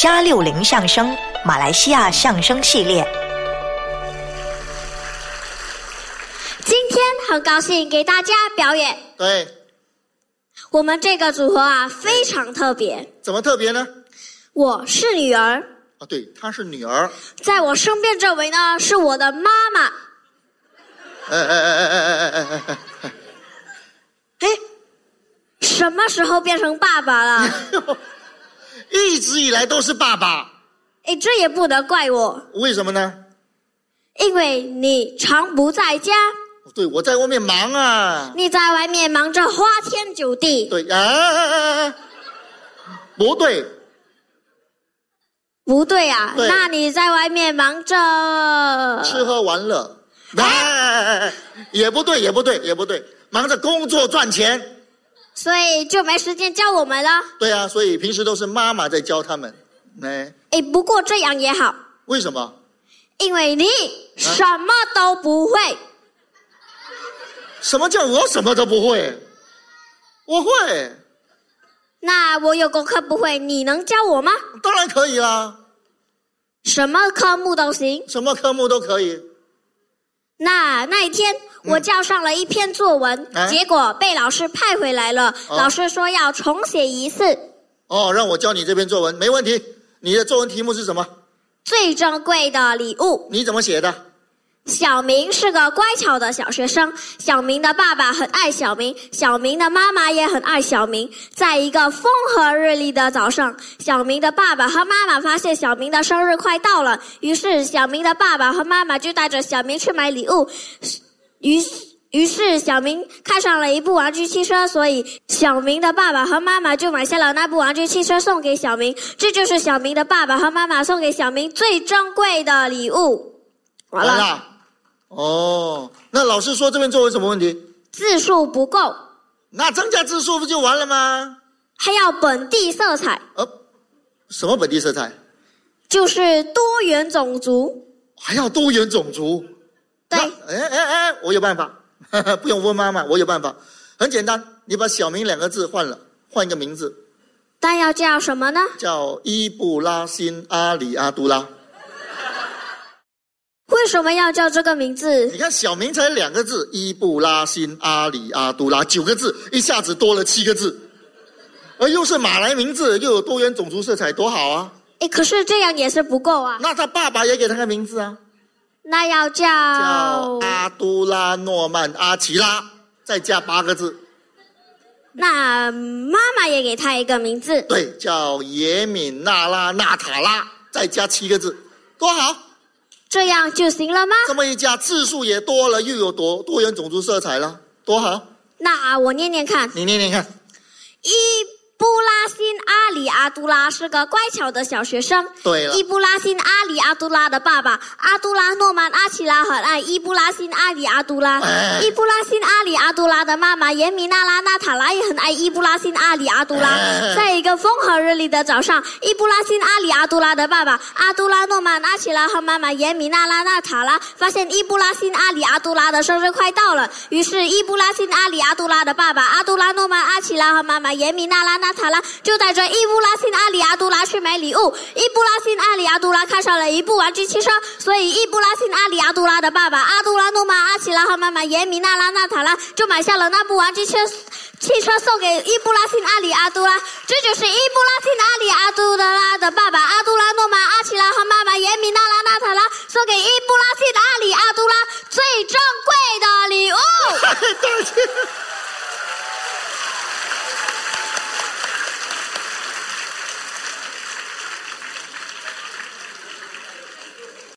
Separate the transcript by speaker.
Speaker 1: 加六零相声马来西亚相声系列。
Speaker 2: 今天很高兴给大家表演
Speaker 3: 对，
Speaker 2: 我们这个组合啊，非常特别。
Speaker 3: 怎么特别呢？
Speaker 2: 我是女儿，
Speaker 3: 啊，对，她是女儿。
Speaker 2: 在我身边这位呢是我的妈妈。
Speaker 3: 哎哎哎哎哎哎哎哎哎哎！
Speaker 2: 哎，什么时候变成爸爸 了？
Speaker 3: 一直以来都是爸爸，
Speaker 2: 哎，这也不能怪我，
Speaker 3: 为什么呢？
Speaker 2: 因为你常不在家，
Speaker 3: 对我在外面忙啊。
Speaker 2: 你在外面忙着花天酒地。
Speaker 3: 对，啊啊啊啊！不对，
Speaker 2: 不对啊，
Speaker 3: 对
Speaker 2: 那你在外面忙着
Speaker 3: 吃喝玩乐，哎哎哎哎，也不对，也不对，也不对，忙着工作赚钱。
Speaker 2: 所以就没时间教我们了。
Speaker 3: 对啊，所以平时都是妈妈在教他们。哎，
Speaker 2: 哎，不过这样也好，
Speaker 3: 为什么？
Speaker 2: 因为你什么都不会。
Speaker 3: 什么叫我什么都不会？我会，
Speaker 2: 那我有功课不会，你能教我吗？
Speaker 3: 当然可以啦，
Speaker 2: 什么科目都行。
Speaker 3: 什么科目都可以。
Speaker 2: 那那一天我交上了一篇作文，
Speaker 3: 啊
Speaker 2: 结果被老师派回来了。
Speaker 3: 哦
Speaker 2: 老师说要重写一次。
Speaker 3: 哦，让我教你这篇作文，没问题。你的作文题目是什么？
Speaker 2: 最珍贵的礼物。
Speaker 3: 你怎么写的？
Speaker 2: 小明是个乖巧的小学生，小明的爸爸很爱小明，小明的妈妈也很爱小明。在一个风和日丽的早上，小明的爸爸和妈妈发现小明的生日快到了，于是小明的爸爸和妈妈就带着小明去买礼物。于是，于是小明看上了一部玩具汽车，所以小明的爸爸和妈妈就买下了那部玩具汽车送给小明。这就是小明的爸爸和妈妈送给小明最珍贵的礼物。完了。
Speaker 3: 啦。哦，那老师说这篇作文什么问题？
Speaker 2: 字数不够，
Speaker 3: 那增加字数不就完了吗？
Speaker 2: 还要本地色彩，
Speaker 3: 呃，什么本地色彩？
Speaker 2: 就是多元种族。
Speaker 3: 还要多元种族？
Speaker 2: 对
Speaker 3: 那，哎哎哎，我有办法， 不用问妈妈，我有办法，很简单，你把“小明”两个字换了，换一个名字，
Speaker 2: 但要叫什么呢？
Speaker 3: 叫伊布拉辛阿里阿都拉。
Speaker 2: 为什么要叫这个名字？
Speaker 3: 你看，小明才两个字，伊布拉辛阿里阿都拉，九个字，一下子多了七个字，而又是马来名字，又有多元种族色彩，多好啊！
Speaker 2: 哎，可是这样也是不够啊。
Speaker 3: 那他爸爸也给他个名字啊，
Speaker 2: 那要叫
Speaker 3: 叫阿都拉诺曼阿奇拉，再加八个字，
Speaker 2: 那妈妈也给他一个名字。
Speaker 3: 对，叫耶敏纳拉纳塔拉，再加七个字，多好！
Speaker 2: 这样就行了吗？
Speaker 3: 这么一加，字数也多了，又有多多元种族色彩了，多好！
Speaker 2: 那我念念看。
Speaker 3: 你念念看，
Speaker 2: 伊布拉辛阿里阿杜拉是个乖巧的小学生。
Speaker 3: 对了
Speaker 2: 伊布拉辛阿里阿杜拉的爸爸阿杜拉诺曼阿奇拉很爱伊布拉辛阿里阿杜拉。
Speaker 3: 哎
Speaker 2: 伊布拉辛阿里阿杜拉的妈妈耶米娜拉纳塔拉也很爱伊布拉辛阿里阿杜拉。
Speaker 3: 哎
Speaker 2: 在一个风和日丽的早上，伊布拉辛阿里阿杜拉的爸爸阿杜拉诺曼阿奇拉和妈妈耶米娜拉纳塔拉发现伊布拉辛阿里阿杜拉的生日快到了，于是伊布拉辛阿里阿杜拉的爸爸阿杜拉诺曼阿奇拉和妈妈耶米娜拉纳塔拉就带着伊布拉辛阿里阿杜拉去买礼物。伊布拉辛阿里阿杜拉看上了一部玩具汽车，所以伊布拉辛阿里阿杜拉的爸爸阿杜拉诺曼阿奇拉和妈妈耶米娜拉纳塔拉就买下了那部玩具汽车。汽车送给伊布拉辛阿里阿杜拉，这就是伊布拉辛阿里阿杜拉的爸爸阿杜拉诺曼阿奇拉和妈妈耶米娜拉纳塔拉送给伊布拉辛阿里阿杜拉最珍贵的礼物。
Speaker 3: 对，